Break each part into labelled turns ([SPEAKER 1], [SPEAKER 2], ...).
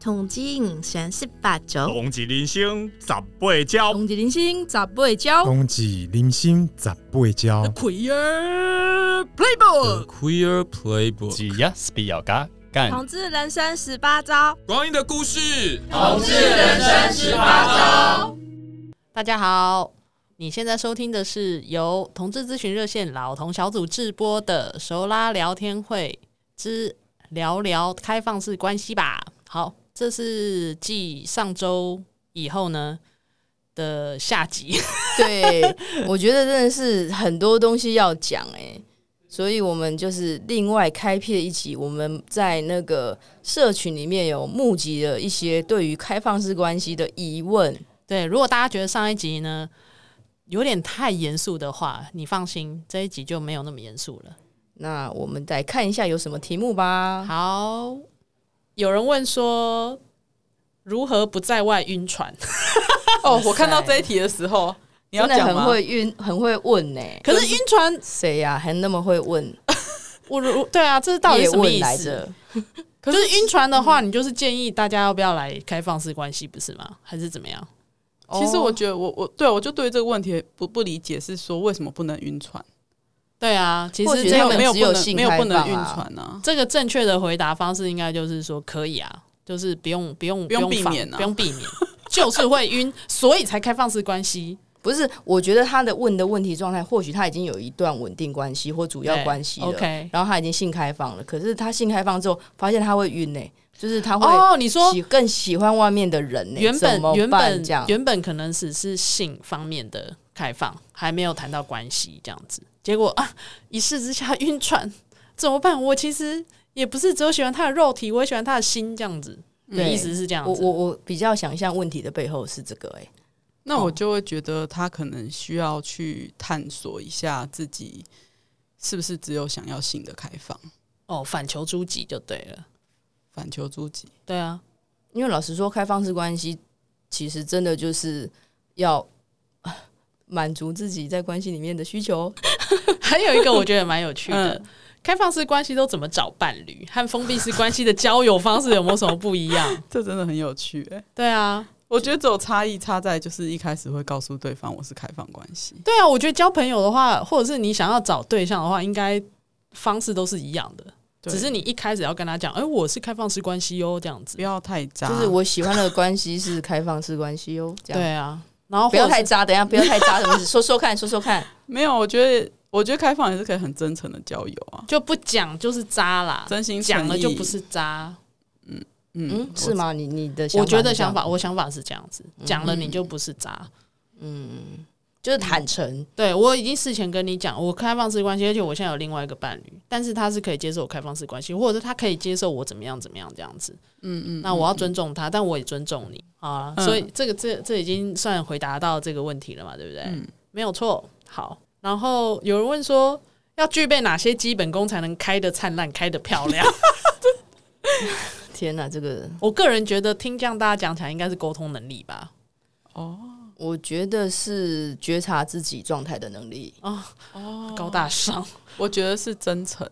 [SPEAKER 1] 统计人生十八
[SPEAKER 2] 啊
[SPEAKER 1] 招，
[SPEAKER 3] 同是人生十八招，
[SPEAKER 4] 同一人生十八招，
[SPEAKER 5] 冬季人生十八招，
[SPEAKER 4] Queer Playbook，
[SPEAKER 6] Queer Playbook，
[SPEAKER 7] 只要是比较嘎干，
[SPEAKER 4] 同志人生十八招。
[SPEAKER 6] 光阴的故事。
[SPEAKER 8] 大家好，你现在收听的是由同志咨询热线老同小组制播的熟拉聊天会之聊聊开放式关系吧。好，这是继上周以后呢的下集。
[SPEAKER 2] 对，我觉得真的是很多东西要讲哎、所以我们就是另外开辟一集，我们在那个社群里面有募集了一些对于开放式关系的疑问，
[SPEAKER 8] 对，如果大家觉得上一集呢有点太严肃的话，你放心，这一集就没有那么严肃了。
[SPEAKER 2] 那我们来看一下有什么题目吧。
[SPEAKER 8] 好，有人问说如何不在外 晕船？
[SPEAKER 9] 哦，我看到这一题的时候，你要
[SPEAKER 2] 真的
[SPEAKER 9] 讲
[SPEAKER 2] 很
[SPEAKER 9] 吗？
[SPEAKER 2] 会晕，很会问呢、
[SPEAKER 8] 可是晕船，
[SPEAKER 2] 谁呀、还那么会问？
[SPEAKER 8] 我如对啊，这 到底
[SPEAKER 2] 也
[SPEAKER 8] 什么
[SPEAKER 2] 问
[SPEAKER 8] 意
[SPEAKER 2] 来
[SPEAKER 8] 思
[SPEAKER 2] 着？？
[SPEAKER 8] 可是晕船的话，你就是建议大家要不要来开放式关系，不是吗？还是怎么样？
[SPEAKER 9] 其实我觉得我我对我就对这个问题不不理解，是说为什么不能晕船？
[SPEAKER 8] 对啊，其
[SPEAKER 2] 或
[SPEAKER 8] 实
[SPEAKER 2] 许
[SPEAKER 8] 这
[SPEAKER 2] 他
[SPEAKER 8] 个
[SPEAKER 2] 们
[SPEAKER 9] 没有
[SPEAKER 2] 只
[SPEAKER 9] 不
[SPEAKER 2] 有
[SPEAKER 9] 能
[SPEAKER 2] 性
[SPEAKER 9] 没有不能
[SPEAKER 2] 开
[SPEAKER 9] 晕
[SPEAKER 2] 放啊
[SPEAKER 9] 船啊！
[SPEAKER 8] 这个正确的回答方式应该就是说可以啊，就是不用不用
[SPEAKER 9] 不用避
[SPEAKER 8] 防
[SPEAKER 9] 免啊
[SPEAKER 8] 不用避免，就是会晕，所以才开放式 关系。
[SPEAKER 2] 不是，我觉得他的问的问题状态，或许他已经有一段稳定关系或主要
[SPEAKER 8] 对
[SPEAKER 2] 关系了
[SPEAKER 8] OK
[SPEAKER 2] 然后他已经性开放了。可是他性开放之后，发现他会晕呢、就是他会
[SPEAKER 8] 哦，你说
[SPEAKER 2] 喜更喜欢外面的人呢、
[SPEAKER 8] 原本
[SPEAKER 2] 怎么
[SPEAKER 8] 原
[SPEAKER 2] 办
[SPEAKER 8] 本
[SPEAKER 2] 这样，
[SPEAKER 8] 原本可能只是性方面的开放，还没有谈到关系这样子，结果啊，一试之下晕船，怎么办？我其实也不是只有喜欢他的肉体，我也喜欢他的心这样子。
[SPEAKER 2] 对
[SPEAKER 8] 你意思是这样
[SPEAKER 2] 我
[SPEAKER 8] 子？
[SPEAKER 2] 我我比较想象问题的背后是这个哎、
[SPEAKER 9] 那我就会觉得他可能需要去探索一下自己是不是只有想要性的开放，
[SPEAKER 8] 哦，反求诸己就对了。
[SPEAKER 9] 反求诸己。
[SPEAKER 8] 对啊，
[SPEAKER 2] 因为老实说，开放式关系其实真的就是要 啊满足自己在关系里面的需求。
[SPEAKER 8] 还有一个我觉得蛮有趣的，
[SPEAKER 9] 嗯？
[SPEAKER 8] 开放式关系都怎么找伴侣，和封闭式关系的交友方式有没有什么不一样
[SPEAKER 9] 这真的很有趣哎、
[SPEAKER 8] 对啊，
[SPEAKER 9] 我觉得只有差异差在就是一开始会告诉对方我是开放关系，
[SPEAKER 8] 对啊，我觉得交朋友的话，或者是你想要找对象的话，应该方式都是一样的，
[SPEAKER 9] 对
[SPEAKER 8] 只是你一开始要跟他讲，哎、我是开放式关系哦，这样子
[SPEAKER 9] 不。要太渣，
[SPEAKER 2] 就是我喜欢的关系是开放式关系哦，这样。
[SPEAKER 8] 对啊，然后
[SPEAKER 2] 不要
[SPEAKER 8] 或者
[SPEAKER 2] 太
[SPEAKER 8] 是
[SPEAKER 2] 渣，等一下不要太渣，什么意思？说说看，说说看。
[SPEAKER 9] 没有。我觉得我觉得开放也是可以很真诚的交友啊，
[SPEAKER 8] 就不讲就是渣啦，
[SPEAKER 9] 真心诚
[SPEAKER 8] 讲
[SPEAKER 9] 意
[SPEAKER 8] 了就不是渣。
[SPEAKER 9] 嗯
[SPEAKER 2] 嗯，是？吗？你你的想
[SPEAKER 8] 我
[SPEAKER 2] 法
[SPEAKER 8] 觉
[SPEAKER 2] 是这样
[SPEAKER 8] 得想法，我想法是这样子，讲了你就不是渣。
[SPEAKER 2] 嗯就是坦诚，
[SPEAKER 8] 对我已经事前跟你讲，我开放式关系，而且我现在有另外一个伴侣，但是他是可以接受我开放式关系，或者是他可以接受我怎么样怎么样这样子。
[SPEAKER 9] 嗯嗯，
[SPEAKER 8] 那我要尊重他，但我也尊重你啊。
[SPEAKER 9] 嗯
[SPEAKER 8] 所以这个这这已经算回答到这个问题了嘛，对不对？
[SPEAKER 9] 嗯
[SPEAKER 8] 没有错。好，然后有人问说，要具备哪些基本功才能开得灿烂、开得漂亮？
[SPEAKER 2] 天哪，这个
[SPEAKER 8] 我个人觉得听这样大家讲起来，应该是沟通能力吧。
[SPEAKER 9] 哦
[SPEAKER 2] 我觉得是觉察自己状态的能力。
[SPEAKER 9] 哦，
[SPEAKER 8] 高大上，
[SPEAKER 9] 我觉得是真诚，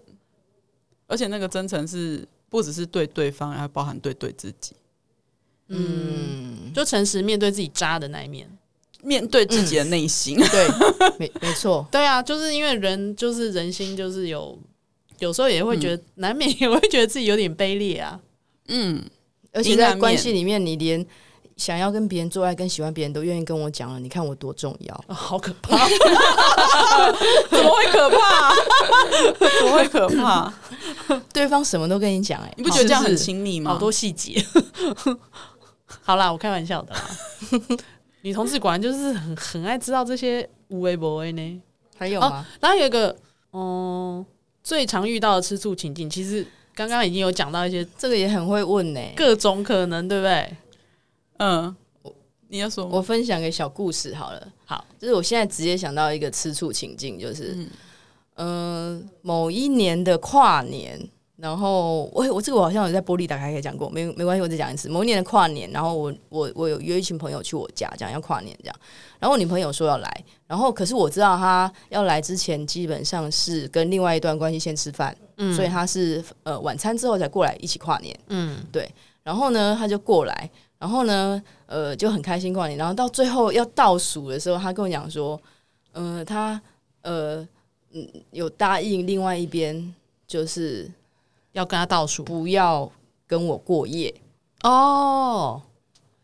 [SPEAKER 9] 而且那个真诚是不只是对对方，还包含对对自己。
[SPEAKER 2] 嗯，
[SPEAKER 8] 就诚实面对自己渣的那一面。
[SPEAKER 9] 面对自己的内心，
[SPEAKER 8] 嗯
[SPEAKER 2] 对，没没错。
[SPEAKER 8] 对啊，就是因为人就是人心，就是有有时候也会
[SPEAKER 2] 嗯
[SPEAKER 8] 觉得， 难免也会觉得自己有点卑劣啊。
[SPEAKER 9] 嗯，
[SPEAKER 2] 而且
[SPEAKER 9] 阴暗
[SPEAKER 2] 在
[SPEAKER 9] 面
[SPEAKER 2] 关系里面，你连想要跟别人做爱、跟喜欢别人都愿意跟我讲了，你看我多重要。
[SPEAKER 8] 哦好可怕！
[SPEAKER 9] 怎么会可 怕？怎么会可怕？
[SPEAKER 2] 对方什么都跟你讲，哎，
[SPEAKER 9] 你不觉得这样
[SPEAKER 8] 是
[SPEAKER 9] 很
[SPEAKER 8] 不是
[SPEAKER 9] 亲密吗？
[SPEAKER 8] 好多细节。 好啦，我开玩笑的啦。 女同志果然就是很很爱知道这些无微不微呢。
[SPEAKER 2] 还有吗？
[SPEAKER 8] 然后有一个，嗯，最常遇到的吃醋情境，其实刚刚已经有讲到一些
[SPEAKER 2] 这个也很会问呢。
[SPEAKER 8] 各种可能，对不对？
[SPEAKER 9] 嗯，你要说吗
[SPEAKER 2] 我分享个小故事好了。
[SPEAKER 8] 好，
[SPEAKER 2] 就是我现在直接想到一个吃醋情境，就是，嗯、某一年的跨年，然后我我这个我好像有在玻璃打开开讲过，没没关系，我再讲一次。某一年的跨年，然后我我我有约一群朋友去我家，讲要跨年这样，然后我女朋友说要来，然后可是我知道她要来之前，基本上是跟另外
[SPEAKER 8] 嗯
[SPEAKER 2] 一段关系先吃饭，所以她是呃晚餐之后才过来一起跨年。
[SPEAKER 8] 嗯，
[SPEAKER 2] 对。然后呢，他就过来，然后呢，呃，就很开心跨年。然后到最后要倒数的时候，他跟我讲说，呃，他呃，嗯，有答应另外一边就是
[SPEAKER 8] 要跟他倒数
[SPEAKER 2] 不要跟我过夜。
[SPEAKER 8] 哦。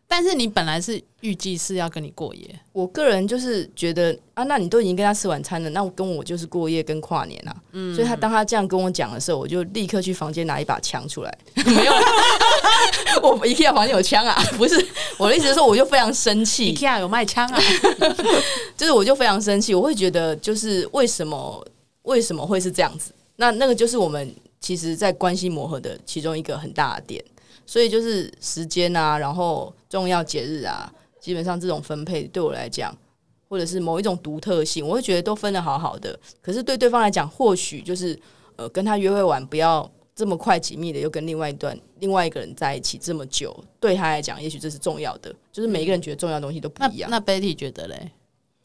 [SPEAKER 8] 但是你本来是预计是要跟你过夜，
[SPEAKER 2] 我个人就是觉得啊，那你都已经跟他吃晚餐了，那我跟我就是过夜跟跨年啊。所以他当他这样跟我讲的时候，我就立刻去房间拿一把枪出来。 没有啦，我一 k e 房间有枪啊，不是我的意思是说，我就非常生
[SPEAKER 8] 你
[SPEAKER 2] 气，
[SPEAKER 8] kia 有卖枪啊？
[SPEAKER 2] 就是我就非常生气，我会觉得就是为什么为什么会是这样子？那那个就是我们其实在关系磨合的其中一个很大的点，所以就是时间啊，然后重要节日啊，基本上这种分配对我来讲，或者是某一种独特性，我会觉得都分的好好的。可是对对方来讲，或许就是呃，跟他约会完不要这么快紧密的又跟另外一段另外一个人在一起这么久，对他来讲，也许这是重要的。就是每一个人觉得重要的东西都不
[SPEAKER 8] 那
[SPEAKER 2] 一样。
[SPEAKER 8] 那 Betty 觉得嘞，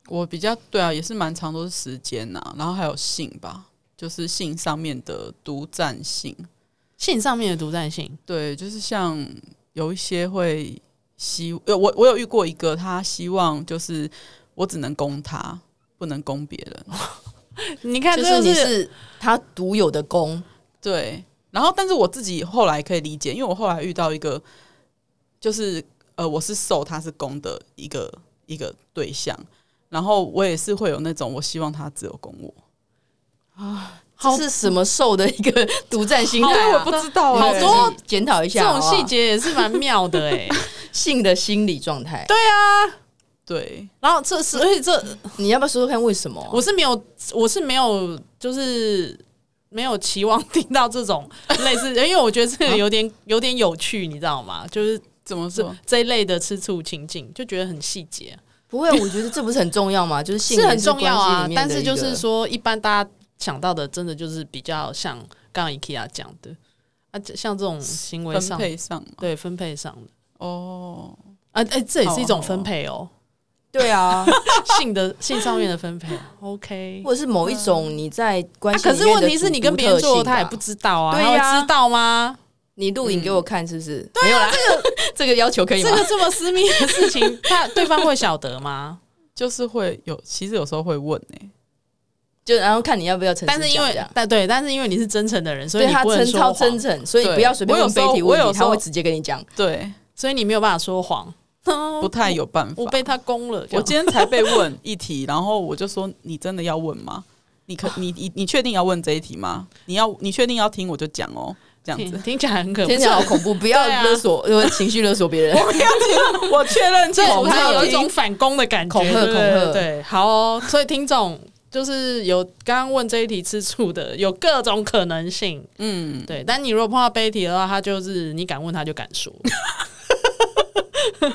[SPEAKER 9] 我比较对啊，也是蛮长都是时间呐、然后还有性吧，就是性上面的独占性。
[SPEAKER 8] 性上面的独占性，
[SPEAKER 9] 对，就是像有一些会希，呃，我我有遇过一个，他希望就是我只能供他，不能供别人。
[SPEAKER 8] 你看
[SPEAKER 2] 就
[SPEAKER 8] 这
[SPEAKER 2] 是你
[SPEAKER 8] 就是
[SPEAKER 2] 是他独有的功，
[SPEAKER 9] 对，然后但是我自己后来可以理解，因为我后来遇到一个，就是呃，我是受他是攻的一个一个对象，然后我也是会有那种我希望他只有攻我，
[SPEAKER 2] 这是什么兽的一 个独占心态
[SPEAKER 9] 我
[SPEAKER 2] 啊
[SPEAKER 9] 不？知道、
[SPEAKER 8] 好
[SPEAKER 9] 欸，
[SPEAKER 8] 多
[SPEAKER 2] 检讨一
[SPEAKER 8] 这
[SPEAKER 2] 下
[SPEAKER 8] 种
[SPEAKER 2] 好不好
[SPEAKER 8] 细节也是蛮妙的哎、
[SPEAKER 2] 性的心理状态。对，
[SPEAKER 9] 对，
[SPEAKER 8] 然后这是，而且这
[SPEAKER 2] 你要不要说说看为什么啊？
[SPEAKER 8] 我是没有，我是没有，就是没有期望听到这种类似， 因为我觉得这个有点有点有趣，你知道吗？就是
[SPEAKER 9] 怎么
[SPEAKER 8] 这
[SPEAKER 9] 说？
[SPEAKER 8] 这一类的吃醋情境，就觉得很细节，
[SPEAKER 2] 不会，我觉得这不是很重要吗？就是性
[SPEAKER 8] 是
[SPEAKER 2] 也
[SPEAKER 8] 很重
[SPEAKER 2] 关
[SPEAKER 8] 要
[SPEAKER 2] 系
[SPEAKER 8] 啊
[SPEAKER 2] 里。面
[SPEAKER 8] 但
[SPEAKER 2] 的
[SPEAKER 8] 是
[SPEAKER 2] 一
[SPEAKER 8] 就
[SPEAKER 2] 个
[SPEAKER 8] 是说，一般大家想到的，真的就是比较像刚刚 IKEA 讲的啊，这像这种行为
[SPEAKER 9] 分
[SPEAKER 8] 上，
[SPEAKER 9] 配上嘛，
[SPEAKER 8] 对分配上的
[SPEAKER 9] 哦，
[SPEAKER 8] 啊，哎、这也是一种
[SPEAKER 9] 哦
[SPEAKER 8] 分配哦，
[SPEAKER 2] 对 啊，
[SPEAKER 8] 性的性上面的分配，OK。
[SPEAKER 2] 或者是某一种你在关
[SPEAKER 8] 啊，
[SPEAKER 2] 系
[SPEAKER 8] 可
[SPEAKER 2] 里面
[SPEAKER 8] 是
[SPEAKER 2] 的独。
[SPEAKER 8] 问题是你跟别人
[SPEAKER 2] 独特
[SPEAKER 8] 做，
[SPEAKER 2] 性吧
[SPEAKER 8] 他也不嗯知道啊，
[SPEAKER 2] 对
[SPEAKER 8] 他会
[SPEAKER 2] 呀
[SPEAKER 8] 知道吗？
[SPEAKER 2] 你录影给我看，是不是？没有啦，这个 这个要求可以
[SPEAKER 8] 这
[SPEAKER 2] 吗？
[SPEAKER 8] 啊个这么私密的事情， 他对方会晓得吗？
[SPEAKER 9] 就是会有，其实有时候会问欸呢、
[SPEAKER 2] 就然后看你要不要诚
[SPEAKER 8] 但
[SPEAKER 2] 实
[SPEAKER 8] 是
[SPEAKER 2] 讲
[SPEAKER 8] 因
[SPEAKER 2] 这
[SPEAKER 8] 为
[SPEAKER 2] 样。
[SPEAKER 8] 但对，但是因为你是真诚的人，所以
[SPEAKER 2] 对
[SPEAKER 8] 你
[SPEAKER 2] 他
[SPEAKER 8] 不能
[SPEAKER 2] 真
[SPEAKER 8] 说
[SPEAKER 2] 超
[SPEAKER 8] 谎，
[SPEAKER 2] 真诚，所以
[SPEAKER 9] 对
[SPEAKER 2] 不要随便
[SPEAKER 9] 我有
[SPEAKER 2] 问
[SPEAKER 9] 时候
[SPEAKER 2] Betty
[SPEAKER 9] 我有
[SPEAKER 2] 问题，
[SPEAKER 9] 时
[SPEAKER 2] 他
[SPEAKER 9] 候
[SPEAKER 2] 会直接跟你讲。
[SPEAKER 9] 对，
[SPEAKER 8] 所以你没有办法说谎，
[SPEAKER 9] 不太有办法。
[SPEAKER 8] 我被他攻了。
[SPEAKER 9] 我
[SPEAKER 8] 这
[SPEAKER 9] 今
[SPEAKER 8] 样
[SPEAKER 9] 天才被问一题，然后我就说：“你真的要问吗？你 可你你你确定要问这一题吗？你要你确定要听我就讲哦，这样子
[SPEAKER 8] 听。听起来很可怕，
[SPEAKER 2] 天哪，好恐怖！不
[SPEAKER 8] 对
[SPEAKER 2] 要
[SPEAKER 8] 啊
[SPEAKER 2] 勒索，呃情绪勒索别人。
[SPEAKER 9] 我确认
[SPEAKER 8] 这
[SPEAKER 9] 清楚
[SPEAKER 8] 我
[SPEAKER 9] 他
[SPEAKER 8] 们有
[SPEAKER 9] 有
[SPEAKER 8] 一种反攻的感觉，
[SPEAKER 2] 恐吓
[SPEAKER 8] 对不对
[SPEAKER 2] 恐吓
[SPEAKER 8] 对，好哦。所以听众就是有刚刚问这一题吃醋的，有各种可能性。
[SPEAKER 9] 嗯，
[SPEAKER 8] 对，但你如果碰到 Betty 的话，他就是你敢问他就敢说。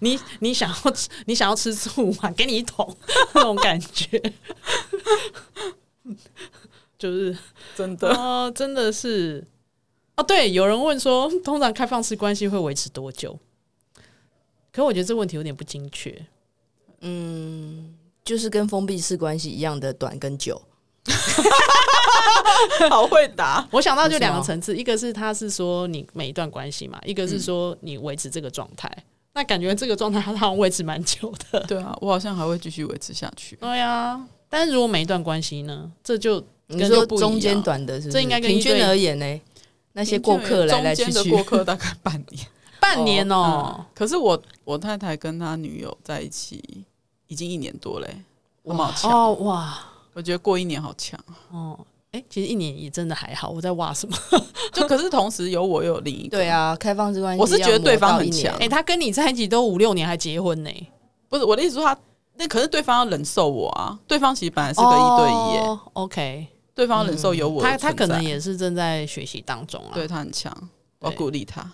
[SPEAKER 8] 你你想要吃你想要吃醋吗？给你一桶那种感觉，就是
[SPEAKER 9] 真的
[SPEAKER 8] 哦，真的是哦。对，有人问说，通常开放式关系会维持多久？可我觉得这问题有点不精确。
[SPEAKER 2] 嗯，就是跟封闭式关系一样的短跟久。
[SPEAKER 9] 好会答。
[SPEAKER 8] 我想到就
[SPEAKER 2] 为什么
[SPEAKER 8] 两个层次，一个是他是说你每一段关系嘛，一个是说你维持这个状态。那感觉这个状态 他好像维持蛮久的。
[SPEAKER 9] 对啊，我好像还会继续维持下去。
[SPEAKER 8] 对啊呀，但是如果每一段关系呢，这就
[SPEAKER 2] 你
[SPEAKER 8] 跟
[SPEAKER 2] 说
[SPEAKER 8] 就
[SPEAKER 9] 不一样
[SPEAKER 2] 中间短的是不是？
[SPEAKER 8] 这应该跟
[SPEAKER 2] 平
[SPEAKER 8] 一对一
[SPEAKER 2] 均而言呢？那
[SPEAKER 9] 那
[SPEAKER 2] 些过客来来去
[SPEAKER 9] 中间
[SPEAKER 2] 去
[SPEAKER 9] 的，过客大概半年。
[SPEAKER 8] 半年
[SPEAKER 9] 嗯
[SPEAKER 8] 哦、
[SPEAKER 9] 可是我我太太跟她女友在一起已经一年多嘞、我们好强，
[SPEAKER 8] 哦哇
[SPEAKER 9] 我觉得过一年好强。
[SPEAKER 8] 哦，哎、其实一年也真的还好。我在哇什么？
[SPEAKER 9] 就可是同时有我又有另一个，
[SPEAKER 2] 对啊，开放式关系，
[SPEAKER 9] 我是觉得对方很强
[SPEAKER 8] 哎、他跟你在一起都五六年还结婚呢、
[SPEAKER 9] 不是我的意思说他，那可是对方要忍受我啊，对方其实本来是个一对一耶、
[SPEAKER 8] 哦 OK，
[SPEAKER 9] 对方要忍受有我
[SPEAKER 2] 嗯
[SPEAKER 9] 的
[SPEAKER 8] 他
[SPEAKER 9] 存在、
[SPEAKER 8] 他可能也是正在学习当中啊。
[SPEAKER 9] 对他很强，我要鼓励他，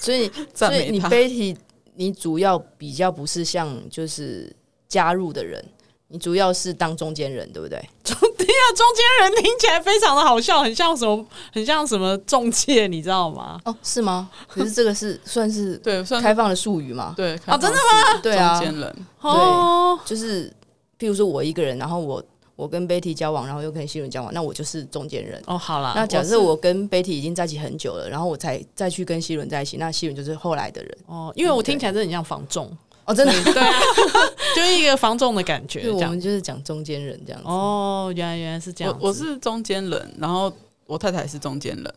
[SPEAKER 2] 所以
[SPEAKER 9] 赞
[SPEAKER 2] 所以
[SPEAKER 9] 美
[SPEAKER 2] 你
[SPEAKER 9] 他。
[SPEAKER 2] Betty，你主要比较不是像就是加入的人，你主要是当中间人，对不对？
[SPEAKER 8] 中天啊，中间人听起来非常的好笑，很像什么，很像什么中介，你知道吗？
[SPEAKER 2] 哦，是吗？可是这个是算是
[SPEAKER 9] 对，算
[SPEAKER 2] 开放的术语嘛？
[SPEAKER 9] 对
[SPEAKER 8] 哦真的
[SPEAKER 9] 吗？
[SPEAKER 2] 对啊
[SPEAKER 9] 中，间人
[SPEAKER 8] 哦，
[SPEAKER 2] 就是譬如说我一个人，然后我。我跟 Betty 交往，然后又跟新人交往，那我就是中间人。
[SPEAKER 8] 哦，好了，
[SPEAKER 2] 那假设
[SPEAKER 8] 是
[SPEAKER 2] 啊我跟 Betty 已经在一起很久了，然后我才再去跟希伦在一起，那希伦就是后来的人
[SPEAKER 8] 哦，因为我听起来真的很像房仲，
[SPEAKER 2] 哦，真的，
[SPEAKER 8] 对啊， 就是一个房仲的感觉
[SPEAKER 2] 对，
[SPEAKER 8] 这
[SPEAKER 2] 我
[SPEAKER 8] 样
[SPEAKER 2] 们。就是讲中间人这样子。
[SPEAKER 8] 哦，原来原来是这样
[SPEAKER 9] 我
[SPEAKER 8] 子，
[SPEAKER 9] 我是中间人，然后我太太是中间人，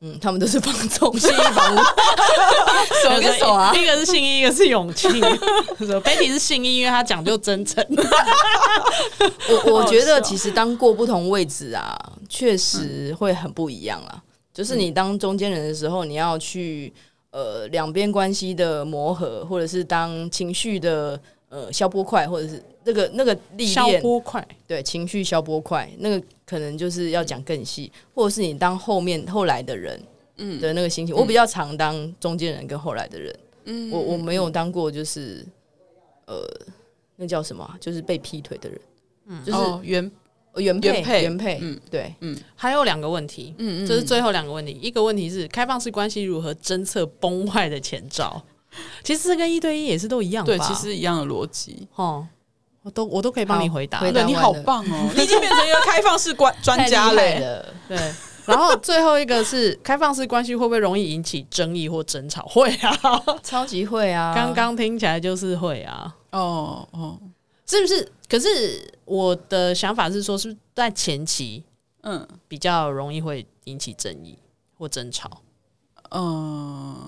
[SPEAKER 2] 嗯，他们都是房中信义房屋， 手跟手啊
[SPEAKER 8] 一，一个是信义，一个是勇气。说 Betty 是信义，因为他讲究真诚。
[SPEAKER 2] 我我觉得其实当过不同位置啊，确实会很不一样啊。就是你当中间人的时候，你要去呃两边关系的磨合，或者是当情绪的呃消波块，或者是那个那个历
[SPEAKER 8] 消
[SPEAKER 2] 练，
[SPEAKER 8] 波块，
[SPEAKER 2] 对情绪消波块，那个可能就是要讲更细，或者是你当后面后来的人，嗯的那个心情。我比较常当中间人跟后来的人，嗯，我我没有当过就是呃那叫什么啊、就是被劈腿的人，嗯，就是
[SPEAKER 9] 哦原
[SPEAKER 2] 呃原配
[SPEAKER 9] 原配
[SPEAKER 2] 原配，
[SPEAKER 9] 嗯
[SPEAKER 2] 对，
[SPEAKER 8] 还有两个问题，嗯嗯，这是最后两个问题。一个问题是开放式关系如何侦测崩坏的前兆？其实这跟一对一也是都一样吧，
[SPEAKER 9] 对，其实一样的逻辑。
[SPEAKER 8] 哦，我都我都可以帮你
[SPEAKER 2] 好
[SPEAKER 8] 回答。
[SPEAKER 2] 回答
[SPEAKER 9] 对，你好棒哦，你已经变成一个开放式关专家
[SPEAKER 2] 太厉害
[SPEAKER 9] 嘞。
[SPEAKER 2] 了，
[SPEAKER 8] 对，然后最后一个是开放式关系会不会容易引起争议或争吵？会啊，
[SPEAKER 2] 超级会啊！
[SPEAKER 8] 刚刚听起来就是会啊，
[SPEAKER 9] 哦哦，
[SPEAKER 8] 是不是？可是我的想法是说，是不是在前期
[SPEAKER 9] 嗯
[SPEAKER 8] 比较容易会引起争议或争吵？
[SPEAKER 9] 嗯，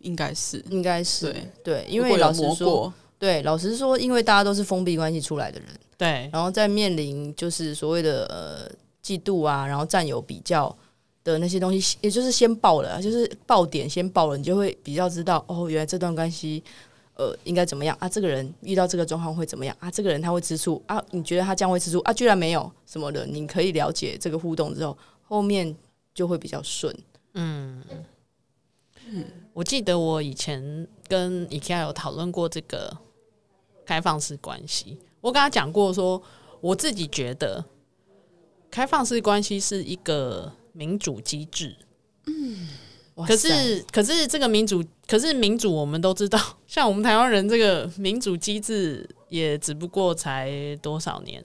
[SPEAKER 9] 应该是
[SPEAKER 2] 应该是
[SPEAKER 9] 对
[SPEAKER 2] 对，因
[SPEAKER 9] 如
[SPEAKER 2] 为
[SPEAKER 9] 果有
[SPEAKER 2] 老实
[SPEAKER 9] 磨
[SPEAKER 2] 说，
[SPEAKER 9] 过，
[SPEAKER 2] 对啊老实说，因为大家都是封闭关系出来的人。
[SPEAKER 8] 对，
[SPEAKER 2] 然后再面临就是所谓的呃嫉妒啊，然后占有比较的那些东西，也就是先爆了啊，就是爆点先爆了，你就会比较知道哦，原来这段关系呃应该怎么样啊，这个人遇到这个状况会怎么样啊，这个人他会吃醋啊，你觉得他将会吃醋啊，居然没有什么的，你可以了解这个互动之后，后面就会比较顺。
[SPEAKER 8] 我记得我以前跟 IKEA 有讨论过这个开放式关系，我跟他讲过说，我自己觉得开放式关系是一个民主机制，
[SPEAKER 2] 哇
[SPEAKER 8] 可
[SPEAKER 2] 塞
[SPEAKER 8] 是，可是这个民主，可是民主，我们都知道， 像我们台湾人这个民主机制，也只不过才多少年，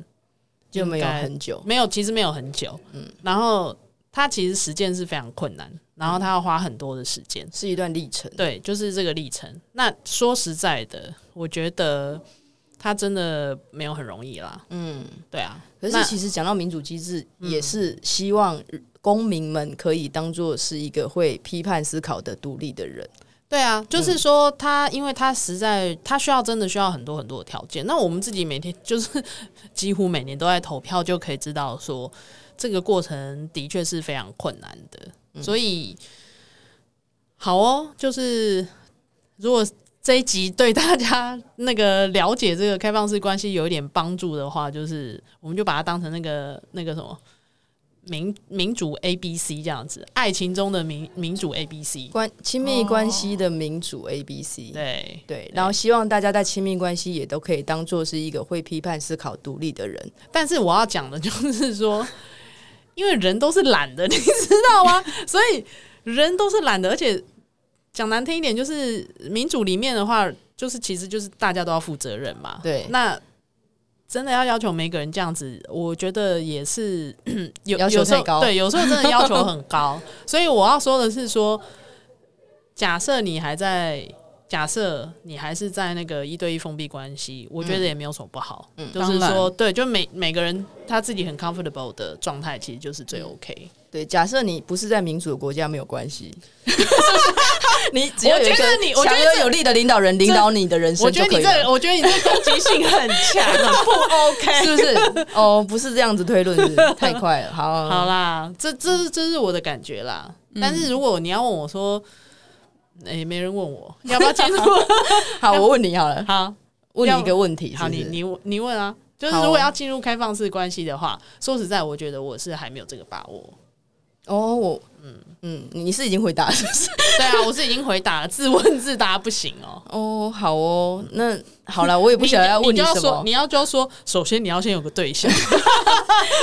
[SPEAKER 2] 就没有
[SPEAKER 8] 应该
[SPEAKER 2] 很久，
[SPEAKER 8] 没有，其实没有很久。嗯，然后它其实实践是非常困难，然后它要花很多的时间。
[SPEAKER 2] 是一段历程。
[SPEAKER 8] 对，就是这个历程。那说实在的，我觉得它真的没有很容易啦。
[SPEAKER 2] 嗯，
[SPEAKER 8] 对啊，
[SPEAKER 2] 可
[SPEAKER 8] 那嗯
[SPEAKER 2] 是其实讲到民主机制，也是希望公民们可以当做是一个会批判思考的独立的人。
[SPEAKER 8] 对啊，就是说他，因为他实在他需要真的需要很多很多的条件。那我们自己每天就是几乎每年都在投票，就可以知道说这个过程的确是非常困难的。所以，好哦，就是如果这一集对大家那个了解这个开放式关系有一点帮助的话，就是我们就把它当成那个那个什么。民民主 A B C 这样子，爱情中的民民主 A B C，
[SPEAKER 2] 关亲密关系的民主 A B C，、
[SPEAKER 8] 哦对
[SPEAKER 2] 对，然后希望大家在亲密关系也都可以当做是一个会批判思考独立的人。
[SPEAKER 8] 但是我要讲的就是说， 因为人都是懒的，你 知道吗？所以人都是懒的，而且讲难听一点，就是民主里面的话，就是其实就是大家都要负责任嘛。
[SPEAKER 2] 对
[SPEAKER 8] 那真的要要求每个人这样子，我觉得也是 有
[SPEAKER 2] 要求
[SPEAKER 8] 有时候
[SPEAKER 2] 太高
[SPEAKER 8] 对，有时候真的要求很高。 所以我要说的是说，假设你还在。假设你还是在那个一对一封闭关系，我觉得也没有什么不好。就是
[SPEAKER 9] 当然
[SPEAKER 8] 说，对，就每每个人他自己很 comfortable 的状态，其实就是最 OK。
[SPEAKER 2] 对，假设你不是在民主的国家没有关 系，你只要有一
[SPEAKER 8] 我觉得你我
[SPEAKER 2] 个
[SPEAKER 8] 觉得
[SPEAKER 2] 强
[SPEAKER 8] 这
[SPEAKER 2] 而有力的领导人领导你的人
[SPEAKER 8] 我
[SPEAKER 2] 生
[SPEAKER 8] 觉
[SPEAKER 2] 就
[SPEAKER 8] 得
[SPEAKER 2] 可
[SPEAKER 8] 你
[SPEAKER 2] 以了
[SPEAKER 8] 这，，我觉得你这攻击性很 强，很不 OK。
[SPEAKER 2] 是不是？哦，不是这样子推论，是不是太快了。好，
[SPEAKER 8] 好啦，这这是这是我的感觉啦。
[SPEAKER 2] 嗯
[SPEAKER 8] 但是如果你要问我说，诶，没人问我要不要进入，
[SPEAKER 2] 好，我问你 好了，
[SPEAKER 8] 好
[SPEAKER 2] 问你一个问题
[SPEAKER 8] 好，你
[SPEAKER 2] 是不是
[SPEAKER 8] 你你问啊。就是
[SPEAKER 2] 好哦
[SPEAKER 8] 如果要进入开放式关系的话，说实在，我觉得我是还没有这个把握。
[SPEAKER 2] 哦，我嗯嗯，你是已经回答了是不是？
[SPEAKER 8] 对啊，我是已经回答了，自问自答不行 哦、
[SPEAKER 2] 哦，好哦，那好了，我 也不想要问
[SPEAKER 8] 你就要
[SPEAKER 2] 什
[SPEAKER 8] 说
[SPEAKER 2] 么，，
[SPEAKER 8] 你要就要说，首先你要先有个对象，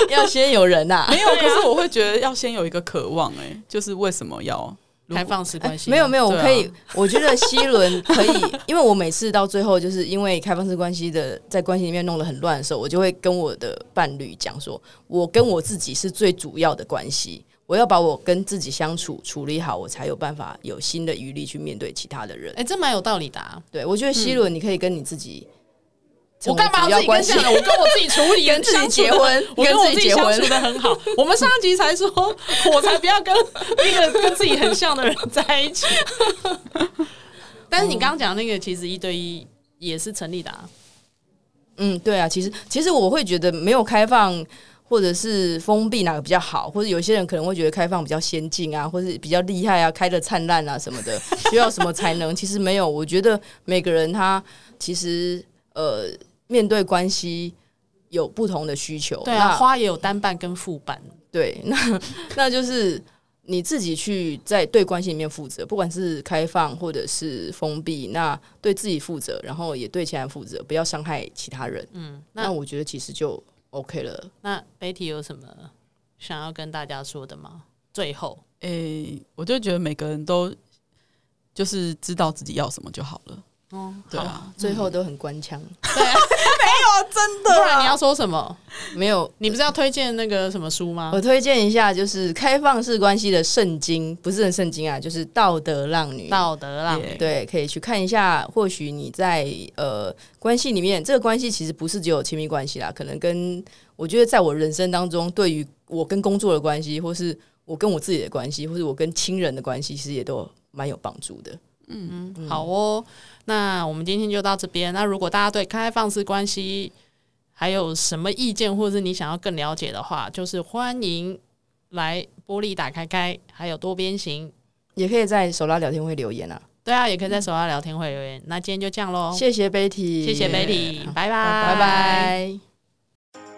[SPEAKER 2] 要先有人呐、
[SPEAKER 8] 啊
[SPEAKER 9] 没有，可是我会觉得要先有一个渴望，哎，就是为什么要如
[SPEAKER 8] 开
[SPEAKER 9] 果
[SPEAKER 8] 放式关 系、
[SPEAKER 2] 没有没有，我
[SPEAKER 9] 对啊
[SPEAKER 2] 可以，我觉得西伦可以， 因为我每次到最后，就是因为开放式关系的在关系里面弄得很乱的时候，我就会跟我的伴侣讲说，我跟我自己是最主要的关系，我要把我跟自己相处处理好，我才有办法有新的余力去面对其他的人
[SPEAKER 8] 哎、。这蛮有道理的、啊。
[SPEAKER 2] 对我觉得西伦，你可以跟你自己成
[SPEAKER 8] 我
[SPEAKER 2] 为
[SPEAKER 8] 干嘛
[SPEAKER 2] 主要
[SPEAKER 8] 要自己
[SPEAKER 2] 关
[SPEAKER 8] 跟
[SPEAKER 2] 系
[SPEAKER 8] 这样的？我跟我 自己处理，
[SPEAKER 2] 跟自己结婚，
[SPEAKER 8] 我跟我
[SPEAKER 2] 自
[SPEAKER 8] 自己
[SPEAKER 2] 结
[SPEAKER 8] 相
[SPEAKER 2] 婚
[SPEAKER 8] 处，的很好。我们上一集才说，我才不要跟 一个跟自己很像的人 在一起。但是你刚刚讲的那个，其实一对一也是成立的、啊。
[SPEAKER 2] 嗯，对啊，其实其实我会觉得没有开放或者是封闭哪个比较好，或者有些人可能会觉得开放比较先进啊，或是比较厉害啊，开的灿烂啊什么 的，需要什么才能？其实没有，我觉得每个人他其实呃面对关系有不同的需求，
[SPEAKER 8] 对
[SPEAKER 2] 哦
[SPEAKER 8] 啊，
[SPEAKER 2] 那
[SPEAKER 8] 花也有单瓣跟副瓣。
[SPEAKER 2] 对，那那就是你自己去在对关系里面负责，不管是开放或者是封闭，那对自己负责，然后也对其他人负责，不要伤害其他人。嗯，
[SPEAKER 8] 那
[SPEAKER 2] 那我觉得其实就 OK 了。
[SPEAKER 8] 那 Betty 有什么想要跟大家说的吗？最后，
[SPEAKER 9] 诶、我就觉得每个人都就是知道自己要什么就好了。
[SPEAKER 8] 哦，
[SPEAKER 9] 对啊，
[SPEAKER 2] 最后都很官 腔，啊
[SPEAKER 8] 不然你要说什么？
[SPEAKER 2] 没有。
[SPEAKER 8] 你不是要推荐那个什么书吗
[SPEAKER 2] 我？推荐一下，就是开放式关系的圣经，不是很圣经啊，就是道德浪女。
[SPEAKER 8] 道德浪女，
[SPEAKER 2] 对，可以去看一下。或许你在呃关系里面，这个关系其实不是只有亲密关系啦，可能跟我觉得在我人生当中，对于我跟工作的关系，或是我跟我自己的关系，或是我跟亲人的关系，其实也都蛮有帮助的。嗯
[SPEAKER 8] 好哦，那我们今天就到这边。那如果大家对开放式关系还有什么意见，或者是你想要更了解的话，就是欢迎来玻璃打开开，还有多边形。
[SPEAKER 2] 也可以在手拉聊天会留言啊，
[SPEAKER 8] 对啊，也可以在手拉聊天会留言。那今天就这样喽，
[SPEAKER 2] 谢谢 Betty，
[SPEAKER 8] 哦谢谢 Betty，拜拜，
[SPEAKER 2] 拜拜。